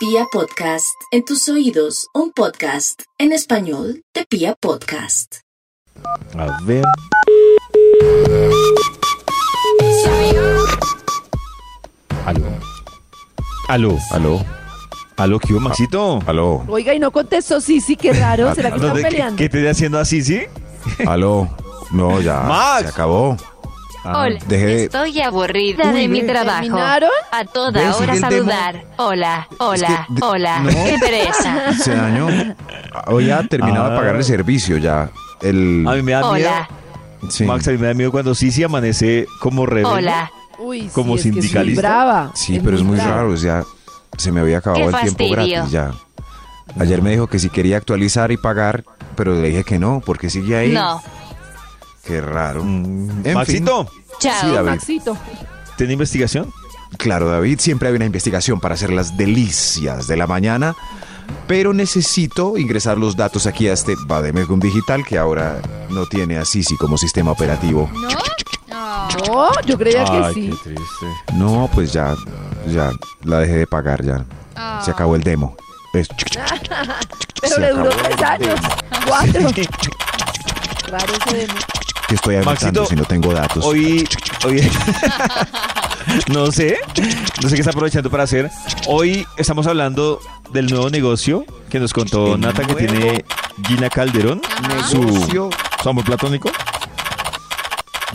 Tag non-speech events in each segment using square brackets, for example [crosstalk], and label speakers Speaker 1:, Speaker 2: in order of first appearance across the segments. Speaker 1: Pia Podcast, en tus oídos, un podcast en español de Pia Podcast.
Speaker 2: A ver.
Speaker 3: Aló.
Speaker 2: Aló.
Speaker 3: Aló.
Speaker 2: Aló, ¿qué hubo, Maxito?
Speaker 3: Aló.
Speaker 4: Oiga, y no contestó sí, sí,
Speaker 3: [laughs]
Speaker 4: qué raro. ¿Será que
Speaker 2: No,
Speaker 4: están
Speaker 2: ¿de-
Speaker 4: peleando?
Speaker 2: ¿Qué te está haciendo así, sí?
Speaker 3: Aló. No, ya.
Speaker 2: Max.
Speaker 3: Se acabó.
Speaker 2: Ah,
Speaker 5: Hola,
Speaker 3: deje de-
Speaker 5: estoy aburrida de mi trabajo.
Speaker 4: ¿Terminaron?
Speaker 5: A toda
Speaker 3: ¿Ves?
Speaker 5: hora
Speaker 3: Sigue el demo.
Speaker 5: saludar. Hola, hola,
Speaker 3: de-
Speaker 5: hola.
Speaker 3: no.
Speaker 5: Qué
Speaker 3: [laughs]
Speaker 5: pereza.
Speaker 3: Se dañó. Hoy ya ha terminado
Speaker 2: Ah.
Speaker 3: de pagar el servicio ya. El.
Speaker 2: A mí me da
Speaker 5: Hola,
Speaker 3: sí.
Speaker 2: miedo. Max, a mí me da miedo cuando Sisi amanece como rebelde.
Speaker 5: hola.
Speaker 4: Uy, sí,
Speaker 2: Como
Speaker 4: es que es muy
Speaker 2: sindicalista.
Speaker 4: brava.
Speaker 3: Sí, pero es muy raro. Ya se me había acabado
Speaker 5: Qué
Speaker 3: el tiempo
Speaker 5: fastidio.
Speaker 3: gratis ya. Ayer me dijo que si quería actualizar y pagar, pero le dije que no, porque sigue ahí.
Speaker 5: No,
Speaker 3: Qué raro.
Speaker 2: Mm,
Speaker 3: En
Speaker 2: Maxito,
Speaker 3: Sí,
Speaker 5: chao.
Speaker 3: David.
Speaker 4: Maxito.
Speaker 2: ¿tiene investigación?
Speaker 3: Claro, David, siempre hay una investigación para hacer las delicias de la mañana, pero necesito ingresar los datos aquí a este Bademecum Digital que ahora no tiene a Sisi como sistema operativo.
Speaker 4: No, yo creía que
Speaker 2: Ay,
Speaker 4: sí.
Speaker 2: qué triste.
Speaker 3: No, pues ya, ya, la dejé de pagar ya. Se acabó el demo. Es-
Speaker 4: Pero
Speaker 3: Se
Speaker 4: le duró
Speaker 3: acabó
Speaker 4: tres
Speaker 3: el
Speaker 4: años. Cuatro. Raro ese demo.
Speaker 3: que estoy
Speaker 2: Maxito,
Speaker 3: avanzando si no tengo datos.
Speaker 2: Hoy, hoy [laughs] no sé, no sé qué está aprovechando para hacer. Hoy estamos hablando del nuevo negocio que nos contó
Speaker 3: El
Speaker 2: Nata que
Speaker 3: nuevo
Speaker 2: tiene Gina Calderón, su,
Speaker 3: Negocio
Speaker 2: su amor platónico.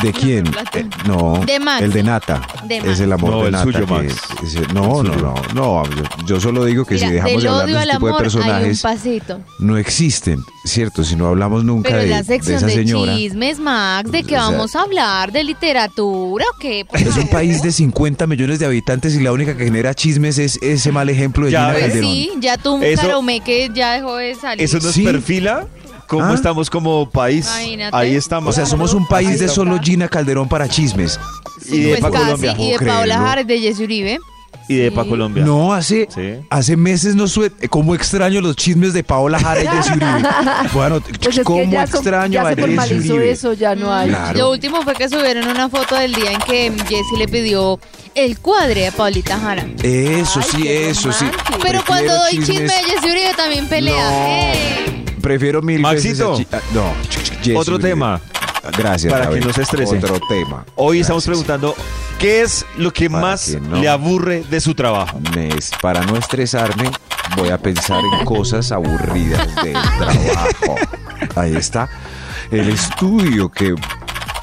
Speaker 3: ¿De quién? Eh, no,
Speaker 6: De Max.
Speaker 3: el de Nata.
Speaker 6: De
Speaker 3: es el amor
Speaker 2: No,
Speaker 3: de
Speaker 2: el
Speaker 3: Nata.
Speaker 2: suyo,
Speaker 3: que-
Speaker 2: Max.
Speaker 3: ese- no,
Speaker 2: El
Speaker 3: no,
Speaker 2: suyo.
Speaker 3: no, no, yo, yo solo digo que
Speaker 6: Mira,
Speaker 3: si dejamos de
Speaker 6: del
Speaker 3: hablar de este
Speaker 6: odio al
Speaker 3: tipo de
Speaker 6: amor hay un
Speaker 3: personajes,
Speaker 6: pasito.
Speaker 3: no existen, ¿cierto? Si no hablamos nunca
Speaker 6: Pero
Speaker 3: de,
Speaker 6: en la
Speaker 3: de
Speaker 6: sección
Speaker 3: esa
Speaker 6: de,
Speaker 3: señora.
Speaker 6: chismes, Max, ¿de qué
Speaker 3: O sea-
Speaker 6: vamos a hablar? ¿De literatura o qué?
Speaker 3: [laughs]
Speaker 6: Por
Speaker 3: Es un
Speaker 6: favor.
Speaker 3: país de 50 millones de habitantes y la única que genera chismes es ese mal ejemplo de
Speaker 2: Ya
Speaker 3: Gina
Speaker 2: ves.
Speaker 6: Pues
Speaker 3: Calderón.
Speaker 6: sí, ya tú un
Speaker 2: Eso-
Speaker 6: caromé que ya dejó de salir.
Speaker 2: Eso nos
Speaker 3: Sí.
Speaker 2: perfila cómo
Speaker 3: Ah.
Speaker 2: estamos como país.
Speaker 6: Imagínate.
Speaker 2: Ahí estamos.
Speaker 3: O sea, somos un país de solo Gina Calderón para chismes.
Speaker 2: y de
Speaker 6: pues
Speaker 2: Paco
Speaker 6: casi,
Speaker 2: Colombia.
Speaker 6: y de
Speaker 3: Puedo
Speaker 6: Paola
Speaker 3: creerlo.
Speaker 6: Jares de Jessy Uribe.
Speaker 2: Y de Paco Colombia.
Speaker 3: No, hace,
Speaker 2: Sí.
Speaker 3: hace meses no sue... Cómo extraño los chismes de Paola Jara y Jessy
Speaker 4: [laughs]
Speaker 3: Uribe. Bueno,
Speaker 4: Pues es
Speaker 3: cómo
Speaker 4: que ya, son-
Speaker 3: extraño
Speaker 4: ya
Speaker 3: a
Speaker 4: se
Speaker 3: Jessy
Speaker 4: formalizó
Speaker 3: Uribe.
Speaker 4: eso, ya no hay.
Speaker 3: Claro.
Speaker 6: Lo último fue que subieron una foto del día en que Jessy le pidió el cuadre a Paulita Jara.
Speaker 3: Eso
Speaker 4: Ay,
Speaker 3: sí,
Speaker 4: qué
Speaker 3: eso sí.
Speaker 4: romántico.
Speaker 6: Pero
Speaker 3: Prefiero
Speaker 6: cuando doy
Speaker 3: chismes-
Speaker 6: chisme de Jessy Uribe también pelea.
Speaker 3: No.
Speaker 6: ¡Ey!
Speaker 3: Prefiero mil
Speaker 2: Maxito.
Speaker 3: veces. a chi- a- No, Jessy
Speaker 2: Otro
Speaker 3: Uribe.
Speaker 2: tema.
Speaker 3: Gracias.
Speaker 2: Para
Speaker 3: David.
Speaker 2: que no se estrese.
Speaker 3: Otro tema.
Speaker 2: Hoy estamos
Speaker 3: Gracias.
Speaker 2: preguntando qué es lo que
Speaker 3: Para
Speaker 2: más
Speaker 3: que no.
Speaker 2: le aburre de su trabajo.
Speaker 3: Nes, para no estresarme, voy a pensar en cosas aburridas
Speaker 2: [laughs]
Speaker 3: del trabajo. Ahí está. El estudio que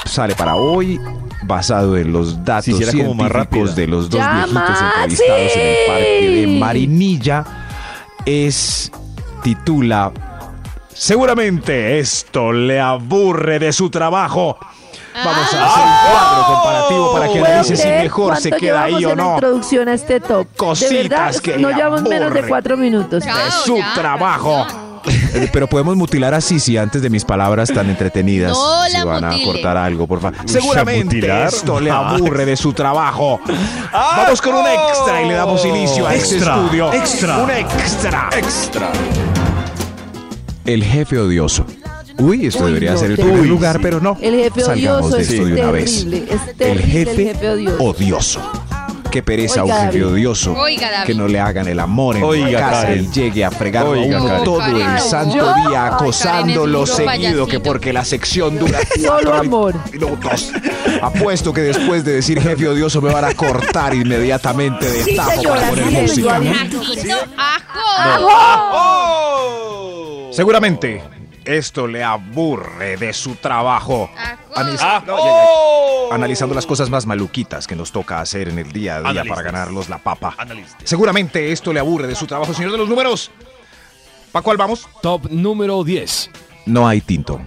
Speaker 3: sale para hoy, basado en los datos
Speaker 2: Si hiciera como
Speaker 3: científicos
Speaker 2: más rápida.
Speaker 3: de los dos
Speaker 4: ¡Ya,
Speaker 3: viejitos
Speaker 4: Maxi!
Speaker 3: entrevistados en el parque de Marinilla, es titula Seguramente esto le aburre de su trabajo.
Speaker 6: ¡Eh!
Speaker 3: Vamos
Speaker 4: Ah.
Speaker 3: a hacer un cuadro comparativo para que
Speaker 4: ¿Puedo
Speaker 3: analice si
Speaker 4: creer
Speaker 3: mejor se
Speaker 4: Oh, cuánto
Speaker 3: queda ahí
Speaker 4: llevamos
Speaker 3: o
Speaker 4: en la
Speaker 3: no.
Speaker 4: introducción a este top.
Speaker 3: Cositas
Speaker 4: de verdad,
Speaker 3: que
Speaker 4: no
Speaker 3: le
Speaker 4: llevamos menos de
Speaker 3: aburren.
Speaker 4: cuatro minutos.
Speaker 6: Chao,
Speaker 3: su
Speaker 6: ya,
Speaker 3: trabajo. Eh, Pero podemos mutilar a Sisi antes de mis palabras tan entretenidas.
Speaker 6: No
Speaker 3: si
Speaker 6: la
Speaker 3: van
Speaker 6: mutile.
Speaker 3: a cortar algo, por favor.
Speaker 2: ¿a
Speaker 3: Seguramente
Speaker 2: mutilar?
Speaker 3: esto le
Speaker 2: Ah.
Speaker 3: aburre de su trabajo. Vamos con un extra y le damos inicio a este
Speaker 2: Extra,
Speaker 3: estudio.
Speaker 2: extra.
Speaker 3: Un extra. Extra. El jefe odioso. Uy, esto
Speaker 4: Uy,
Speaker 3: debería
Speaker 4: no,
Speaker 3: ser el
Speaker 4: terrible.
Speaker 3: primer lugar, pero no.
Speaker 4: El jefe
Speaker 3: Salgamos
Speaker 4: odioso
Speaker 3: de
Speaker 4: es
Speaker 3: esto de una vez.
Speaker 4: terrible. Es terrible el jefe, odioso.
Speaker 3: odioso. Qué pereza
Speaker 4: Oiga,
Speaker 3: un jefe
Speaker 4: David.
Speaker 3: odioso.
Speaker 6: Oiga, David.
Speaker 3: que no le hagan el amor en
Speaker 2: Oiga,
Speaker 3: la casa
Speaker 2: Karen.
Speaker 3: y llegue a fregar a
Speaker 2: Oiga,
Speaker 3: uno
Speaker 6: Karen.
Speaker 3: todo el
Speaker 6: Karen.
Speaker 3: santo
Speaker 4: Yo-
Speaker 3: día acosándolo
Speaker 6: Karen es un
Speaker 3: seguido que
Speaker 6: payasito.
Speaker 3: porque la sección dura
Speaker 4: [laughs] Solo amor.
Speaker 3: minutos. Apuesto que después de decir jefe odioso me van a cortar inmediatamente de
Speaker 4: Sí,
Speaker 3: tajo
Speaker 4: señora,
Speaker 3: para poner
Speaker 4: sí,
Speaker 3: música.
Speaker 4: señora.
Speaker 6: Ajito, ajo.
Speaker 3: ¡Oh! Seguramente esto le aburre de su trabajo.
Speaker 6: Ajo.
Speaker 3: Anis- Ah,
Speaker 2: Ah,
Speaker 3: No, ya, ya. Analizando las cosas más maluquitas que nos toca hacer en el día a día
Speaker 2: Analistas.
Speaker 3: para ganarlos la papa.
Speaker 2: Analistas.
Speaker 3: Seguramente esto le aburre de su trabajo, señor de los números. ¿Para cuál vamos?
Speaker 7: Top número 10.
Speaker 3: No hay tinto.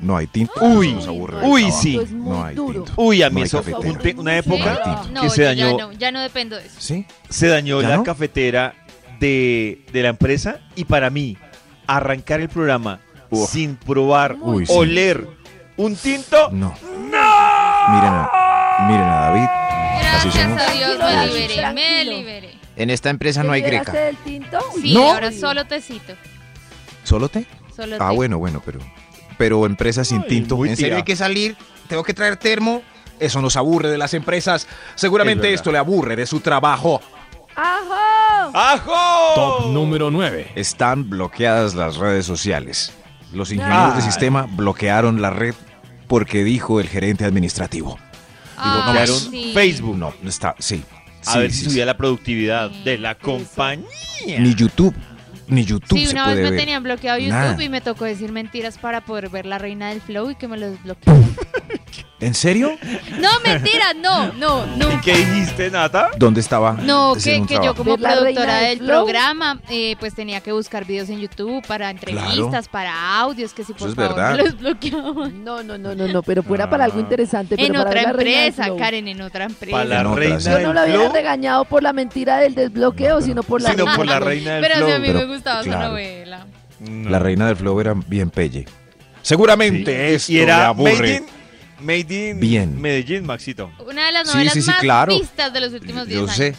Speaker 3: No hay tinto.
Speaker 2: Uy,
Speaker 3: Eso nos aburre del
Speaker 2: uy,
Speaker 3: trabajo.
Speaker 2: sí.
Speaker 4: Es muy
Speaker 3: No hay
Speaker 4: duro.
Speaker 3: tinto.
Speaker 2: Uy, a mí
Speaker 3: No hay
Speaker 2: eso fue
Speaker 3: cafetera.
Speaker 2: un te- una época
Speaker 3: Martín.
Speaker 6: No,
Speaker 2: que se
Speaker 6: yo ya
Speaker 2: dañó,
Speaker 6: no, ya no dependo de eso.
Speaker 3: ¿Sí?
Speaker 2: se dañó
Speaker 3: ¿Ya
Speaker 2: la
Speaker 3: no?
Speaker 2: cafetera de, de la empresa y para mí arrancar el programa
Speaker 3: Uf.
Speaker 2: sin probar,
Speaker 3: Uy, sí.
Speaker 2: oler un tinto,
Speaker 6: Mm.
Speaker 3: No. Miren a, miren a David. Así somos.
Speaker 6: Gracias a Dios me
Speaker 3: Tranquilo,
Speaker 6: liberé, me
Speaker 4: tranquilo.
Speaker 6: liberé.
Speaker 8: En esta empresa no hay
Speaker 4: ¿Quieres
Speaker 8: greca.
Speaker 4: hacer el tinto?
Speaker 6: Sí,
Speaker 3: ¿No?
Speaker 6: ahora solo tecito.
Speaker 3: ¿Solo té?
Speaker 6: Solo
Speaker 3: Ah,
Speaker 6: té.
Speaker 3: bueno, bueno, pero. Pero empresas sin tinto.
Speaker 2: muy
Speaker 3: ¿En serio
Speaker 2: tía.
Speaker 3: hay que salir? ¿Tengo que traer termo? Eso nos aburre de las empresas. Seguramente
Speaker 2: Es verdad.
Speaker 3: esto le aburre de su trabajo.
Speaker 4: ¡Ajo!
Speaker 2: ¡Ajo!
Speaker 3: Oh.
Speaker 7: Top número 9.
Speaker 3: Están bloqueadas las redes sociales. Los ingenieros
Speaker 6: Ah.
Speaker 3: de sistema bloquearon la red porque dijo el gerente administrativo.
Speaker 6: Ay,
Speaker 2: bloquearon
Speaker 6: Ah, sí.
Speaker 2: Facebook.
Speaker 3: No, no está, sí.
Speaker 2: A
Speaker 3: sí,
Speaker 2: ver
Speaker 3: sí,
Speaker 2: si subía la productividad de la compañía.
Speaker 3: sí. Ni YouTube, ni YouTube
Speaker 6: Sí,
Speaker 3: se
Speaker 6: una
Speaker 3: puede
Speaker 6: vez me
Speaker 3: ver.
Speaker 6: tenían bloqueado YouTube
Speaker 3: Nada.
Speaker 6: y me tocó decir mentiras para poder ver la reina del flow y que me
Speaker 3: [laughs]
Speaker 6: lo desbloquearon.
Speaker 3: ¿En serio?
Speaker 6: no, mentiras, no,
Speaker 3: [laughs]
Speaker 6: no,
Speaker 2: ¿Y
Speaker 6: no.
Speaker 2: qué dijiste, Nata?
Speaker 3: ¿Dónde estaba?
Speaker 6: No,
Speaker 3: haciendo
Speaker 6: que,
Speaker 3: un
Speaker 6: que yo
Speaker 3: trabajo?
Speaker 6: como
Speaker 4: Ver la reina
Speaker 6: productora
Speaker 4: del
Speaker 6: del
Speaker 4: flow.
Speaker 6: programa, eh, pues tenía que buscar videos en YouTube para entrevistas, para audios, que si
Speaker 3: Eso
Speaker 6: por
Speaker 3: es
Speaker 6: favor
Speaker 3: verdad.
Speaker 6: me los bloqueaban.
Speaker 4: No, no, no, no, no, pero fuera para
Speaker 2: Ah.
Speaker 4: algo interesante.
Speaker 6: En
Speaker 4: pero para
Speaker 6: otra
Speaker 4: ver la reina del
Speaker 6: empresa,
Speaker 4: flow.
Speaker 6: Karen, en otra empresa.
Speaker 2: Para la
Speaker 3: En otra,
Speaker 2: reina
Speaker 3: sí.
Speaker 4: Yo no
Speaker 2: del
Speaker 4: lo hubiera
Speaker 2: flow,
Speaker 4: regañado por la mentira del desbloqueo, sino por la
Speaker 2: sino
Speaker 4: reina
Speaker 2: por la
Speaker 6: [laughs]
Speaker 4: del flow.
Speaker 2: reina del
Speaker 6: Pero si a
Speaker 2: flow.
Speaker 6: mí
Speaker 3: pero-
Speaker 6: me gustaba
Speaker 3: claro.
Speaker 6: su novela.
Speaker 3: La reina del flow era bien pelle. Seguramente esto
Speaker 2: Y
Speaker 3: le
Speaker 2: era
Speaker 3: aburre.
Speaker 2: Made in, made in
Speaker 3: Bien.
Speaker 2: Medellín, Maxito.
Speaker 6: Una de las
Speaker 3: Sí,
Speaker 6: novelas
Speaker 3: sí, sí,
Speaker 6: más
Speaker 3: claro.
Speaker 6: vistas de los últimos 10
Speaker 3: Yo
Speaker 6: años.
Speaker 3: sé,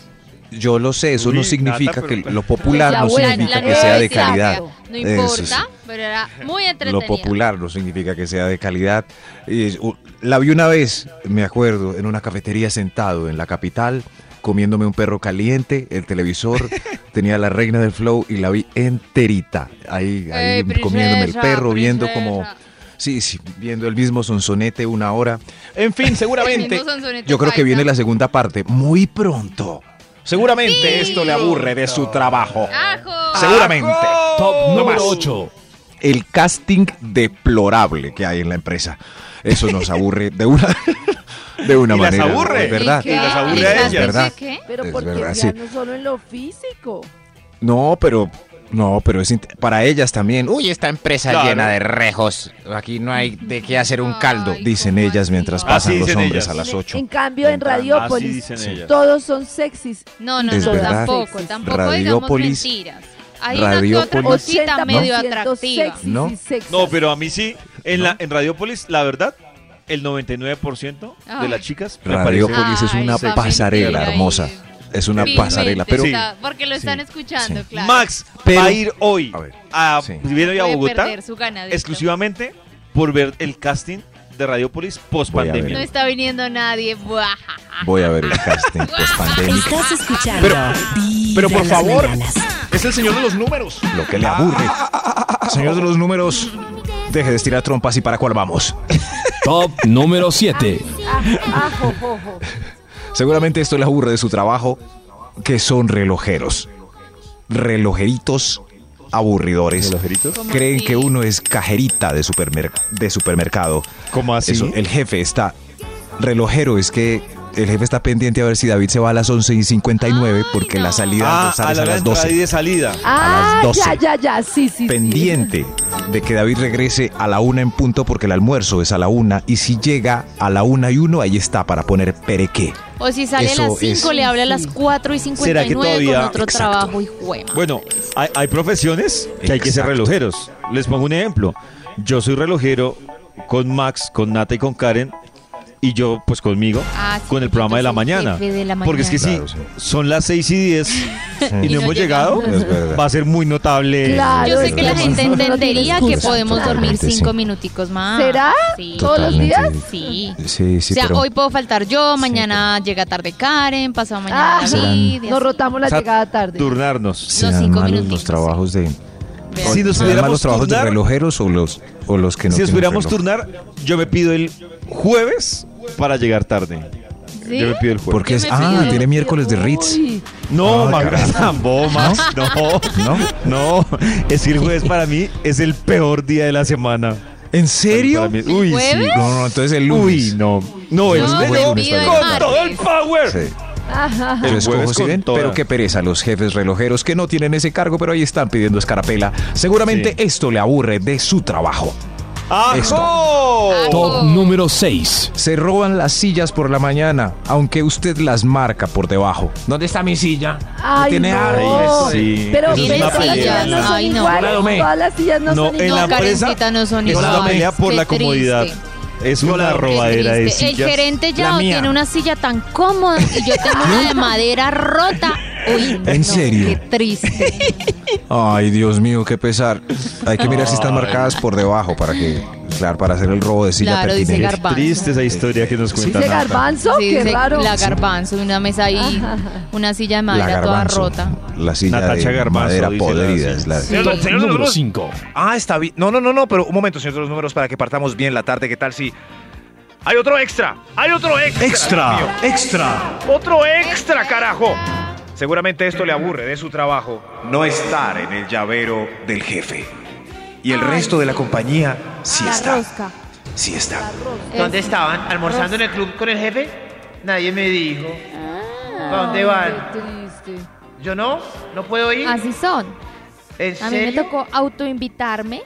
Speaker 3: yo lo sé, eso
Speaker 2: Uy,
Speaker 3: no
Speaker 2: Nata,
Speaker 3: significa
Speaker 2: pero-
Speaker 3: que lo popular
Speaker 4: La
Speaker 3: no
Speaker 4: buena,
Speaker 3: significa
Speaker 4: la
Speaker 3: que sea de
Speaker 4: nueva
Speaker 3: calidad.
Speaker 4: identidad.
Speaker 6: No
Speaker 3: Eso
Speaker 6: importa,
Speaker 3: sí.
Speaker 6: pero era muy
Speaker 3: Lo
Speaker 6: entretenida.
Speaker 3: popular no significa que sea de calidad. Eh, u- La vi una vez, me acuerdo, en una cafetería sentado en la capital, comiéndome un perro caliente, el televisor
Speaker 6: [laughs]
Speaker 3: tenía la reina del flow y la vi enterita, ahí, ahí
Speaker 6: Ey,
Speaker 3: comiéndome el
Speaker 6: princesa,
Speaker 3: perro, viendo como...
Speaker 6: princesa.
Speaker 3: Sí, sí, viendo el mismo sonsonete una hora. En fin, seguramente...
Speaker 6: Viendo Sonsonete
Speaker 3: Yo creo que
Speaker 6: Paisa.
Speaker 3: viene la segunda parte muy pronto. Seguramente esto le aburre de su trabajo.
Speaker 6: Ah, ¡Ajo!
Speaker 3: Seguramente.
Speaker 6: ah,
Speaker 7: Top
Speaker 3: No más.
Speaker 7: número 8.
Speaker 3: El casting deplorable que hay en la empresa. Eso nos aburre de una de una
Speaker 2: Y las
Speaker 3: manera.
Speaker 2: aburre.
Speaker 3: es ¿Verdad?
Speaker 4: Y las aburre
Speaker 6: ¿Y
Speaker 4: a
Speaker 6: las
Speaker 3: Es
Speaker 2: ellas.
Speaker 3: ¿Verdad?
Speaker 6: ¿Qué?
Speaker 4: Pero
Speaker 3: Es
Speaker 4: porque
Speaker 3: verdad,
Speaker 4: ya
Speaker 3: sí.
Speaker 4: no solo en lo físico.
Speaker 3: No, pero no, pero es int- para ellas también. Uy, esta empresa
Speaker 2: Claro.
Speaker 3: llena de rejos. Aquí no hay de qué hacer un caldo,
Speaker 6: Ay,
Speaker 3: dicen
Speaker 6: ¿cómo
Speaker 3: ellas
Speaker 6: así?
Speaker 3: mientras
Speaker 6: Así
Speaker 3: pasan los
Speaker 2: dicen
Speaker 3: hombres
Speaker 2: ellas.
Speaker 3: a las 8.
Speaker 4: En cambio, en
Speaker 3: Entran, así
Speaker 2: Así
Speaker 4: Radiopolis,
Speaker 2: dicen
Speaker 3: Sí.
Speaker 2: ellas.
Speaker 4: todos son sexys.
Speaker 6: No, no,
Speaker 3: Es
Speaker 6: no,
Speaker 3: verdad.
Speaker 6: tampoco, tampoco
Speaker 3: Radiopolis.
Speaker 6: digamos mentiras. Hay una que otra
Speaker 3: Radiopolis.
Speaker 6: cosita
Speaker 4: 80%
Speaker 6: medio atractiva.
Speaker 4: sexys
Speaker 3: ¿No?
Speaker 4: y sexas.
Speaker 2: No, pero a mí sí. En, la, en Radiopolis, la verdad, el 99% de
Speaker 6: Ay. Ah,
Speaker 2: las chicas me parece...
Speaker 3: Radiopolis es
Speaker 6: Ay,
Speaker 3: una
Speaker 6: esa
Speaker 3: pasarela
Speaker 6: mentira,
Speaker 3: hermosa.
Speaker 6: ahí.
Speaker 3: Es una
Speaker 6: Vilmente,
Speaker 3: pasarela, pero
Speaker 6: o sea, porque lo están
Speaker 3: sí,
Speaker 6: escuchando,
Speaker 3: sí.
Speaker 6: claro.
Speaker 2: Max
Speaker 3: Pero-
Speaker 2: va a ir hoy
Speaker 3: A ver,
Speaker 2: a,
Speaker 3: sí.
Speaker 2: viene hoy a
Speaker 6: Puede
Speaker 2: Bogotá
Speaker 6: perder su ganadito.
Speaker 2: exclusivamente por ver el casting de Radiopolis post
Speaker 3: Voy a
Speaker 6: No
Speaker 2: pandemia.
Speaker 3: ver.
Speaker 6: está viniendo nadie. buah, ja, ja.
Speaker 3: voy a ver el casting post pandémico.
Speaker 1: Estás escuchando.
Speaker 3: Pero-
Speaker 1: Vibra
Speaker 3: pero por
Speaker 1: en las
Speaker 3: favor.
Speaker 1: mañanas.
Speaker 7: Es el señor de los números.
Speaker 3: lo que le aburre. Señor de los números, deje de estirar trompas y para cuál vamos.
Speaker 7: Top número 7.
Speaker 4: Ajo, jojo.
Speaker 3: Seguramente esto le aburre de su trabajo, que son relojeros. Relojeritos aburridores. Creen
Speaker 6: así?
Speaker 3: que uno es cajerita de, supermer- de supermercado.
Speaker 2: ¿Cómo así?
Speaker 3: Eso, el jefe está... Relojero es que el jefe está pendiente a ver si David se va a las 11 y 59 porque
Speaker 6: Ay, no.
Speaker 3: la salida
Speaker 2: Ah,
Speaker 3: no
Speaker 2: a
Speaker 3: sale a
Speaker 2: la hora de
Speaker 3: las
Speaker 2: entrada y
Speaker 3: 12.
Speaker 2: de salida.
Speaker 3: A
Speaker 4: Ah,
Speaker 3: las
Speaker 4: ya,
Speaker 3: 12.
Speaker 4: ya, ya. Sí, sí, sí.
Speaker 3: pendiente de que David regrese a la una en punto porque el almuerzo es a la una y si llega a la una y uno ahí está para poner perequé.
Speaker 6: O si sale a
Speaker 3: Eso
Speaker 6: las 5,
Speaker 3: es.
Speaker 6: le habla a las 4 y 59
Speaker 2: ¿Será que todavía-
Speaker 6: con otro
Speaker 3: Exacto.
Speaker 6: trabajo y juema.
Speaker 2: Bueno, hay, hay profesiones que hay que ser
Speaker 3: Exacto.
Speaker 2: relojeros. Les pongo un ejemplo. Yo soy relojero con Max, con Nata y con Karen. Y yo, pues conmigo,
Speaker 6: Ah, sí,
Speaker 2: con el programa de la,
Speaker 6: entonces,
Speaker 2: mañana.
Speaker 6: jefe de la
Speaker 2: Porque es que
Speaker 3: mañana.
Speaker 2: sí,
Speaker 3: Claro,
Speaker 2: son las 6 y 10 [laughs] y
Speaker 6: Y
Speaker 2: no
Speaker 6: no
Speaker 2: hemos llegado.
Speaker 3: Es verdad.
Speaker 2: Va a ser muy notable.
Speaker 4: Claro,
Speaker 6: Yo
Speaker 4: es
Speaker 6: sé que la
Speaker 4: que
Speaker 6: gente
Speaker 4: no tiene
Speaker 6: entendería que
Speaker 4: excusa.
Speaker 6: podemos dormir
Speaker 3: Totalmente, sí.
Speaker 6: cinco minuticos más.
Speaker 4: ¿Será?
Speaker 6: Sí.
Speaker 4: ¿Todos los
Speaker 3: Totalmente.
Speaker 4: días?
Speaker 6: Sí.
Speaker 3: Sí, sí,
Speaker 6: o sea,
Speaker 3: pero
Speaker 6: hoy puedo faltar yo, mañana llega tarde Karen, pasado mañana
Speaker 4: Ah,
Speaker 6: David. y
Speaker 4: Nos
Speaker 6: así.
Speaker 4: rotamos la
Speaker 2: O sea,
Speaker 4: llegada tarde.
Speaker 2: Turnarnos.
Speaker 3: sean
Speaker 6: los cinco
Speaker 3: malos
Speaker 6: minuticos,
Speaker 3: los trabajos de
Speaker 6: Vean.
Speaker 2: Si nos
Speaker 3: sean
Speaker 2: pudiéramos
Speaker 3: malos los trabajos
Speaker 2: turnar-
Speaker 3: de relojeros o los o los que no
Speaker 2: si nos
Speaker 3: tienen
Speaker 2: pudiéramos
Speaker 3: reloj.
Speaker 2: turnar, yo me pido el jueves para llegar tarde.
Speaker 6: ¿Sí?
Speaker 2: Yo me pido el jueves.
Speaker 3: porque
Speaker 6: Yo
Speaker 3: es
Speaker 6: me
Speaker 3: ah,
Speaker 6: pido-
Speaker 3: tiene miércoles de Ritz,
Speaker 4: Uy,
Speaker 2: No,
Speaker 3: Ah,
Speaker 2: Max,
Speaker 3: carajo.
Speaker 2: tampoco, Max. [laughs] No, no, no. Es que el jueves para mí es el peor día de la semana.
Speaker 3: ¿En serio?
Speaker 2: Para mí-
Speaker 6: ¿El
Speaker 2: Uy, sí.
Speaker 6: jueves?
Speaker 3: No, no, entonces el lunes.
Speaker 2: Uy, no. No, el
Speaker 6: Yo
Speaker 3: me
Speaker 2: jueves
Speaker 3: pido el
Speaker 2: con
Speaker 6: martes.
Speaker 2: todo el power.
Speaker 3: Sí.
Speaker 4: ajá, ajá.
Speaker 3: Yo
Speaker 2: El
Speaker 3: escojo,
Speaker 2: jueves
Speaker 3: ¿sí
Speaker 2: con
Speaker 3: ven?
Speaker 2: toda.
Speaker 3: Pero qué pereza los jefes relojeros que no tienen ese cargo, pero ahí están pidiendo escarapela. Seguramente
Speaker 2: Sí.
Speaker 3: esto le aburre de su trabajo.
Speaker 2: ¡Ajo!
Speaker 3: Oh.
Speaker 7: Top número 6.
Speaker 3: Se roban las sillas por la mañana, aunque usted las marca por debajo. ¿Dónde está mi silla?
Speaker 4: Ay,
Speaker 3: tiene
Speaker 4: no.
Speaker 3: harto.
Speaker 2: Sí,
Speaker 4: Pero
Speaker 2: eso
Speaker 6: es
Speaker 4: pero
Speaker 6: una
Speaker 4: todas las
Speaker 6: pelea.
Speaker 4: sillas no son
Speaker 6: Ay, no.
Speaker 4: iguales.
Speaker 3: Lado me.
Speaker 4: Todas las sillas no,
Speaker 2: No,
Speaker 4: son
Speaker 2: en
Speaker 4: iguales.
Speaker 2: la empresa
Speaker 6: Karencita, no son
Speaker 2: es una
Speaker 6: iguales.
Speaker 2: pelea por
Speaker 6: Qué
Speaker 2: la comodidad.
Speaker 6: triste.
Speaker 2: Es una
Speaker 6: Qué
Speaker 2: robadera de
Speaker 6: triste.
Speaker 2: sillas.
Speaker 6: El gerente
Speaker 3: La
Speaker 6: ya
Speaker 3: mía.
Speaker 6: tiene una silla tan cómoda y yo tengo una de madera rota. Uy,
Speaker 3: ¿En
Speaker 6: no,
Speaker 3: serio?
Speaker 6: Qué triste.
Speaker 3: Ay, Dios mío, qué pesar. Hay que mirar si están marcadas por debajo para que claro, para hacer el robo de silla
Speaker 6: Claro, dice
Speaker 3: pertinente.
Speaker 6: Garbanzo.
Speaker 2: Triste esa historia que nos cuentan.
Speaker 4: ¿Dice garbanzo?
Speaker 6: Sí,
Speaker 4: Qué
Speaker 6: dice
Speaker 4: raro.
Speaker 6: La garbanzo, una mesa ahí, una silla de
Speaker 3: la
Speaker 6: madera toda
Speaker 3: garbanzo.
Speaker 6: rota.
Speaker 3: La silla
Speaker 2: Natacha
Speaker 3: de
Speaker 2: Garbanzo,
Speaker 3: madera
Speaker 2: dice la-
Speaker 3: podrida. es la-
Speaker 8: Señor, señor de los
Speaker 7: número
Speaker 8: números.
Speaker 7: 5.
Speaker 8: Ah, está bien. No, no, no, no, pero un momento, señor de los números, para que partamos bien la tarde. ¿Qué tal si.? Hay otro extra. Hay otro extra. Dios mío.
Speaker 7: extra.
Speaker 8: Otro extra, carajo. Seguramente esto le aburre de su trabajo. No estar en el llavero del jefe. Y el resto de la compañía sí
Speaker 4: La
Speaker 8: está.
Speaker 4: rosca.
Speaker 8: Sí está.
Speaker 9: ¿Dónde estaban? ¿Almorzando en el club con el jefe? Nadie me dijo. ¿Para
Speaker 10: Ah.
Speaker 9: dónde van?
Speaker 4: Qué triste.
Speaker 9: Yo no, no puedo ir.
Speaker 10: Así son.
Speaker 9: ¿En
Speaker 10: Ah, A mí me
Speaker 9: serio?
Speaker 10: tocó autoinvitarme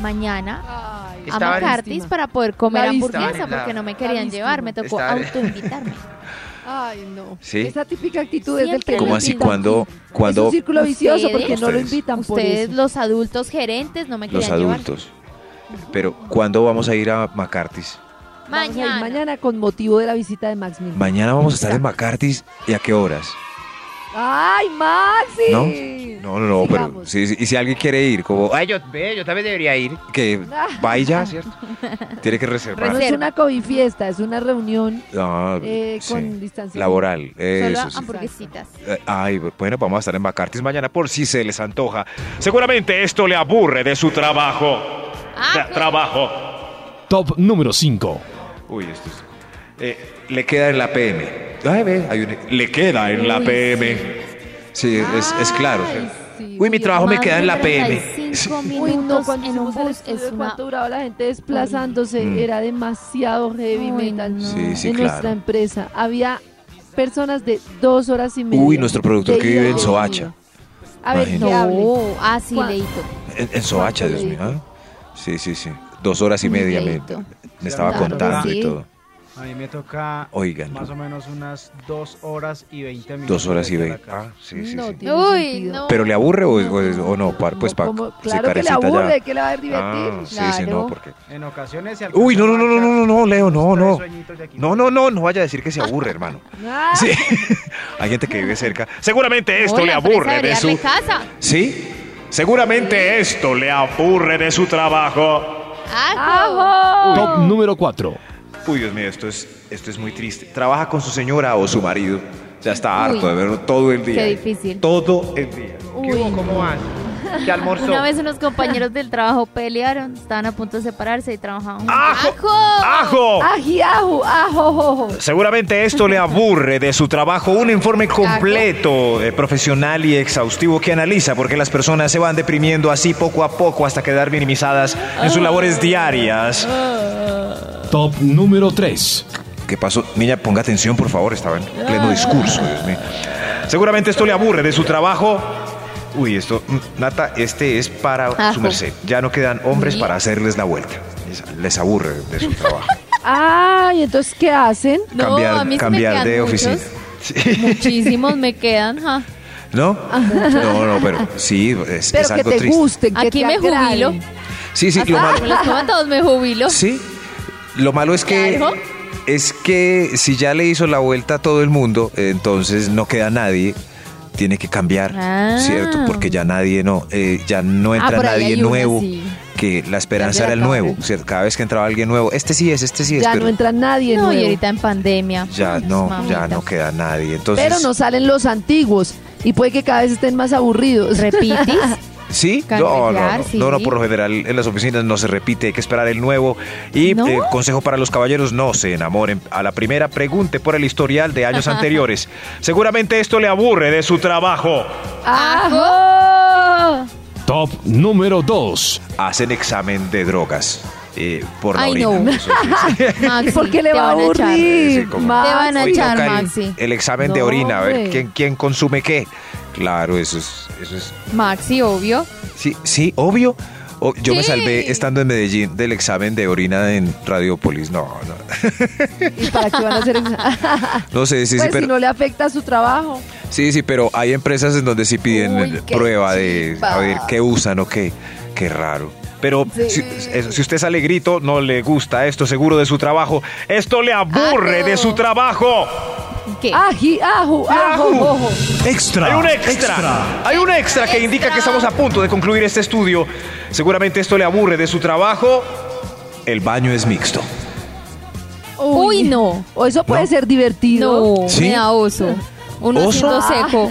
Speaker 10: mañana a
Speaker 9: Estaban-
Speaker 10: McCarthy's para poder comer
Speaker 4: La víctima.
Speaker 10: hamburguesa
Speaker 9: Estaban en
Speaker 10: porque
Speaker 9: la-
Speaker 10: no me
Speaker 4: la
Speaker 10: querían
Speaker 4: víctima.
Speaker 10: llevar, me tocó
Speaker 9: Estaban-
Speaker 6: [laughs]
Speaker 10: autoinvitarme.
Speaker 4: Ay, no.
Speaker 8: Sí.
Speaker 4: Esa típica actitud es del
Speaker 10: Siempre
Speaker 4: que
Speaker 10: ¿Cómo
Speaker 4: no
Speaker 10: así?
Speaker 4: invitan.
Speaker 3: Cuando,
Speaker 4: Es
Speaker 3: cuando
Speaker 4: un círculo vicioso porque no lo
Speaker 3: Ustedes.
Speaker 4: invitan por
Speaker 10: Ustedes,
Speaker 4: eso.
Speaker 10: los adultos gerentes, no me
Speaker 3: los
Speaker 10: querían
Speaker 3: adultos. Pero, ¿cuándo vamos a ir a McCarthy's?
Speaker 10: llevar.
Speaker 4: Vamos a ir
Speaker 10: Mañana.
Speaker 4: mañana con motivo de la visita de Max Miller.
Speaker 3: Mañana vamos a estar en McCarthy's. ¿Y a qué horas?
Speaker 4: ¡Ay, Maxi!
Speaker 3: ¿No? No, no, no, pero
Speaker 4: Sigamos.
Speaker 3: sí, sí, y si alguien quiere ir, como ay,
Speaker 9: Ay, yo, ve, yo también debería ir.
Speaker 4: [laughs]
Speaker 3: que vaya, ¿cierto? Tiene que reservar.
Speaker 4: No es una cobifiesta, es una reunión
Speaker 3: Ah,
Speaker 4: eh,
Speaker 3: sí.
Speaker 4: con distancia.
Speaker 3: Laboral, eso
Speaker 10: Solo
Speaker 3: sí.
Speaker 10: hamburguesitas.
Speaker 3: Eh, Ay, bueno, vamos a estar en McCarthy's mañana por si se les antoja.
Speaker 8: Seguramente esto le aburre de su trabajo.
Speaker 6: Ah,
Speaker 8: Tra- trabajo.
Speaker 7: Top número 5.
Speaker 3: Uy, esto es... eh, le queda en la PM. Ay, ve, hay un- Le queda en la PM. Sí, es, es claro.
Speaker 4: Ay,
Speaker 3: ¿cierto?
Speaker 4: sí.
Speaker 9: Uy, mi trabajo me
Speaker 10: Más
Speaker 9: queda
Speaker 10: de
Speaker 9: en la PM.
Speaker 10: 35
Speaker 4: Uy, no,
Speaker 10: minutos
Speaker 4: cuando
Speaker 10: en un
Speaker 4: hicimos el
Speaker 10: bus
Speaker 4: estudio
Speaker 10: es
Speaker 4: de
Speaker 10: una...
Speaker 4: cuánto duraba la gente desplazándose,
Speaker 3: Mm.
Speaker 4: era demasiado heavy
Speaker 10: Uy,
Speaker 4: metal
Speaker 10: no.
Speaker 3: Sí, sí,
Speaker 4: en
Speaker 3: claro.
Speaker 4: nuestra empresa. Había personas de dos horas y media.
Speaker 3: Uy, nuestro productor
Speaker 4: de
Speaker 3: que
Speaker 4: ida
Speaker 3: vive
Speaker 4: y
Speaker 3: en
Speaker 4: de
Speaker 3: Soacha.
Speaker 4: venida. A ver,
Speaker 3: Imagínate.
Speaker 4: que hable.
Speaker 10: No, así
Speaker 4: ¿Cuál?
Speaker 10: leíto.
Speaker 3: En, en Soacha, Dios mío. ¿ah? Sí, sí, sí. Dos horas y media me,
Speaker 10: Leíto.
Speaker 3: me estaba
Speaker 10: Claro,
Speaker 3: contando
Speaker 10: sí.
Speaker 3: y todo.
Speaker 11: A mí me toca
Speaker 3: Oigan,
Speaker 11: más o menos unas dos horas y veinte minutos.
Speaker 3: dos horas y
Speaker 11: de aquí a
Speaker 3: veinte.
Speaker 11: la casa.
Speaker 3: Ah, sí, sí, sí.
Speaker 4: tiene
Speaker 6: Uy,
Speaker 4: sentido.
Speaker 6: no.
Speaker 3: ¿Pero le aburre o, o- o no? Pa- Pues para
Speaker 4: Como- claro que le aburre, que le va a divertir.
Speaker 3: Ah, sí, sí,
Speaker 10: Claro.
Speaker 3: no, porque...
Speaker 11: En ocasiones. si
Speaker 3: Uy, no, no, no, no, no, no, Leo, no,
Speaker 11: alcanza
Speaker 3: no.
Speaker 11: pues sueñitos de aquí
Speaker 3: No, no, no, no vaya a decir que se aburre, hermano.
Speaker 4: Ah,
Speaker 3: Sí. [laughs] Hay gente que vive cerca.
Speaker 8: Seguramente esto
Speaker 6: hola,
Speaker 8: le
Speaker 6: pero esa
Speaker 8: aburre de
Speaker 6: debería
Speaker 8: su.
Speaker 6: darle casa.
Speaker 3: ¿Sí?
Speaker 8: Seguramente esto le aburre de su trabajo.
Speaker 6: ¡Ajo!
Speaker 7: Top número 4.
Speaker 3: Uy, Dios mío, esto es, esto es muy triste. Trabaja con su señora o su marido. Ya está harto de verlo todo el día.
Speaker 10: Qué difícil.
Speaker 3: Todo el día.
Speaker 9: ¿Qué hubo? ¿Cómo van? ¿Qué almorzó?
Speaker 10: Una vez unos compañeros del trabajo pelearon, estaban a punto de separarse y trabajaban juntos.
Speaker 8: ¡Ajo!
Speaker 3: Ah.
Speaker 6: ¡Ajo!
Speaker 8: ¡Ajo!
Speaker 4: ajiajo, ajojojo.
Speaker 8: Seguramente esto le aburre de su trabajo. Un informe completo, eh, profesional y exhaustivo que analiza por qué las personas se van deprimiendo así poco a poco hasta quedar minimizadas en sus labores diarias.
Speaker 7: Top número 3.
Speaker 3: ¿Qué pasó? Niña, ponga atención, por favor. Estaba en pleno discurso, Dios mío.
Speaker 8: Seguramente esto le aburre de su trabajo.
Speaker 3: Uy, esto, mm, Nata, este es para su
Speaker 10: Ajo.
Speaker 3: merced. Ya no quedan hombres para hacerles la vuelta. Les- Les aburre de su
Speaker 4: [laughs]
Speaker 3: trabajo.
Speaker 4: Ay, entonces, ¿qué hacen?
Speaker 6: No,
Speaker 3: cambiar
Speaker 6: a mí sí me
Speaker 3: cambiar
Speaker 6: quedan
Speaker 3: de
Speaker 6: muchos.
Speaker 3: oficina. Sí.
Speaker 6: Muchísimos me quedan, ja.
Speaker 3: ¿No? No, no, pero sí, es,
Speaker 4: Pero
Speaker 3: es
Speaker 4: que
Speaker 3: algo
Speaker 4: te
Speaker 3: triste.
Speaker 4: gusten, que
Speaker 6: Aquí
Speaker 4: te
Speaker 6: me
Speaker 4: agraden.
Speaker 6: jubilo.
Speaker 3: Sí, sí, lo
Speaker 6: Hasta que me
Speaker 3: malo,
Speaker 6: los coman todos, me jubilo.
Speaker 3: sí, lo malo es que
Speaker 6: Claro.
Speaker 3: es que si ya le hizo la vuelta a todo el mundo, entonces no queda nadie. Tiene que cambiar,
Speaker 6: Ah.
Speaker 3: ¿cierto? Porque ya nadie no, eh, ya no entra
Speaker 6: por ahí
Speaker 3: nadie
Speaker 6: hay uno,
Speaker 3: nuevo.
Speaker 6: sí.
Speaker 3: Que la esperanza
Speaker 6: Cambia
Speaker 3: era el
Speaker 6: la
Speaker 3: nuevo,
Speaker 6: cara.
Speaker 3: ¿cierto? Cada vez que entraba alguien nuevo, este sí es, este sí es,
Speaker 4: Ya
Speaker 3: pero
Speaker 4: no entra nadie
Speaker 6: No, y
Speaker 4: nuevo.
Speaker 6: ahorita en pandemia.
Speaker 3: ya
Speaker 6: Pues,
Speaker 3: no, ya
Speaker 6: mamita.
Speaker 3: no queda nadie. Entonces,
Speaker 4: Pero no salen los antiguos y puede que cada vez estén más aburridos.
Speaker 6: ¿Repitis?
Speaker 3: [laughs] ¿Sí? No,
Speaker 6: Cambiar,
Speaker 3: no, no,
Speaker 6: sí.
Speaker 3: no, no, por lo general en las oficinas no se repite, hay que esperar el nuevo. Y
Speaker 6: ¿No?
Speaker 3: eh, consejo para los caballeros, no se enamoren. A la primera pregunte por el historial de años anteriores.
Speaker 8: Seguramente esto le aburre de su trabajo.
Speaker 4: Ah, ¡Ajo!
Speaker 7: Top número 2.
Speaker 3: Hacen examen de drogas eh, por la
Speaker 6: Ay,
Speaker 3: orina.
Speaker 6: no. [laughs]
Speaker 3: Eso sí, sí.
Speaker 6: Maxi,
Speaker 4: ¿Por qué le
Speaker 6: te
Speaker 4: va a
Speaker 6: van echar.
Speaker 3: Sí,
Speaker 4: aburrir?
Speaker 3: como-
Speaker 6: Te van
Speaker 4: Maxi?
Speaker 6: a
Speaker 3: Hoy
Speaker 6: echar,
Speaker 3: toca el-
Speaker 6: Maxi.
Speaker 3: El examen de
Speaker 4: No,
Speaker 3: orina, a ver
Speaker 4: hombre.
Speaker 3: quién, quién consume qué. Claro, eso es, eso es
Speaker 6: Maxi, obvio.
Speaker 3: Sí, sí, obvio. O- yo me
Speaker 6: Sí.
Speaker 3: salvé estando en Medellín del examen de orina en Radiopolis. No, no.
Speaker 4: ¿Y para qué van a hacer eso?
Speaker 3: [laughs] No sé, sí, sí,
Speaker 4: Pues
Speaker 3: pero.
Speaker 4: si no le afecta a su trabajo.
Speaker 3: Sí, sí, pero hay empresas en donde sí piden
Speaker 6: Uy,
Speaker 3: eh,
Speaker 6: qué
Speaker 3: prueba de
Speaker 6: chimba.
Speaker 3: a ver qué usan o qué. Qué raro. Pero si, eh, si usted sale grito, no le gusta esto seguro de su trabajo.
Speaker 8: Esto le aburre
Speaker 6: Ajo.
Speaker 8: de su trabajo.
Speaker 6: ¿Qué?
Speaker 4: Aji, ajo, ajo, ojo.
Speaker 3: Ah,
Speaker 7: Extra.
Speaker 8: Hay un extra. Hay un extra que indica que estamos a punto de concluir este estudio. Seguramente esto le aburre de su trabajo.
Speaker 3: el baño es mixto.
Speaker 4: Uy, no. O eso puede ser divertido.
Speaker 6: No,
Speaker 3: ¿Sí?
Speaker 6: me da oso. Uno
Speaker 3: ¿Oso?
Speaker 6: siendo seco.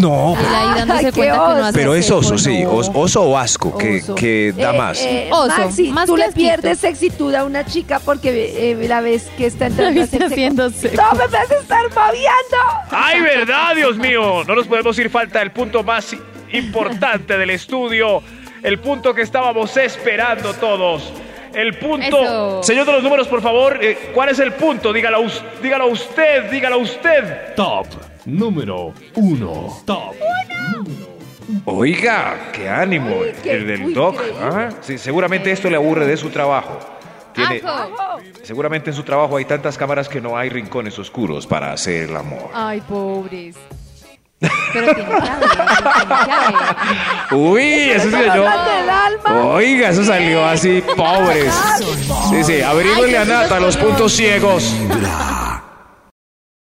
Speaker 3: No,
Speaker 6: Y ahí
Speaker 4: Ay,
Speaker 6: dándose
Speaker 4: qué
Speaker 6: cuenta que no hace
Speaker 3: pero es
Speaker 6: seco,
Speaker 3: oso,
Speaker 6: no.
Speaker 3: sí. os- Oso o asco, que, que da
Speaker 4: Eh,
Speaker 3: más.
Speaker 4: eh,
Speaker 6: Oso,
Speaker 4: Maxi,
Speaker 6: más
Speaker 4: tú
Speaker 6: que
Speaker 4: le
Speaker 6: asquito.
Speaker 4: pierdes sexitud a una chica porque eh, la ves que está entrando
Speaker 6: La viste haciendo seco.
Speaker 4: ¡No, me vas a estar babeando!
Speaker 12: ¡Ay, verdad, Dios mío! No nos podemos ir falta del punto más i- importante del estudio. El punto que estábamos esperando todos. El punto.
Speaker 6: Eso.
Speaker 12: Señor de los números, por favor, eh, ¿cuál es el punto? Dígalo, us- dígalo usted, dígalo usted.
Speaker 13: Top número uno. Top.
Speaker 3: Oiga, qué ánimo. el del doc. ah, sí, seguramente esto le aburre de su trabajo. Tiene, seguramente en su trabajo hay tantas cámaras que no hay rincones oscuros para hacer el amor.
Speaker 6: Ay, pobres. Pero tiene que haber, tiene que haber.
Speaker 3: Uy, eso se oyó. Oiga, eso salió así, pobres. Sí, sí, averígüenle a Nata los puntos ciegos.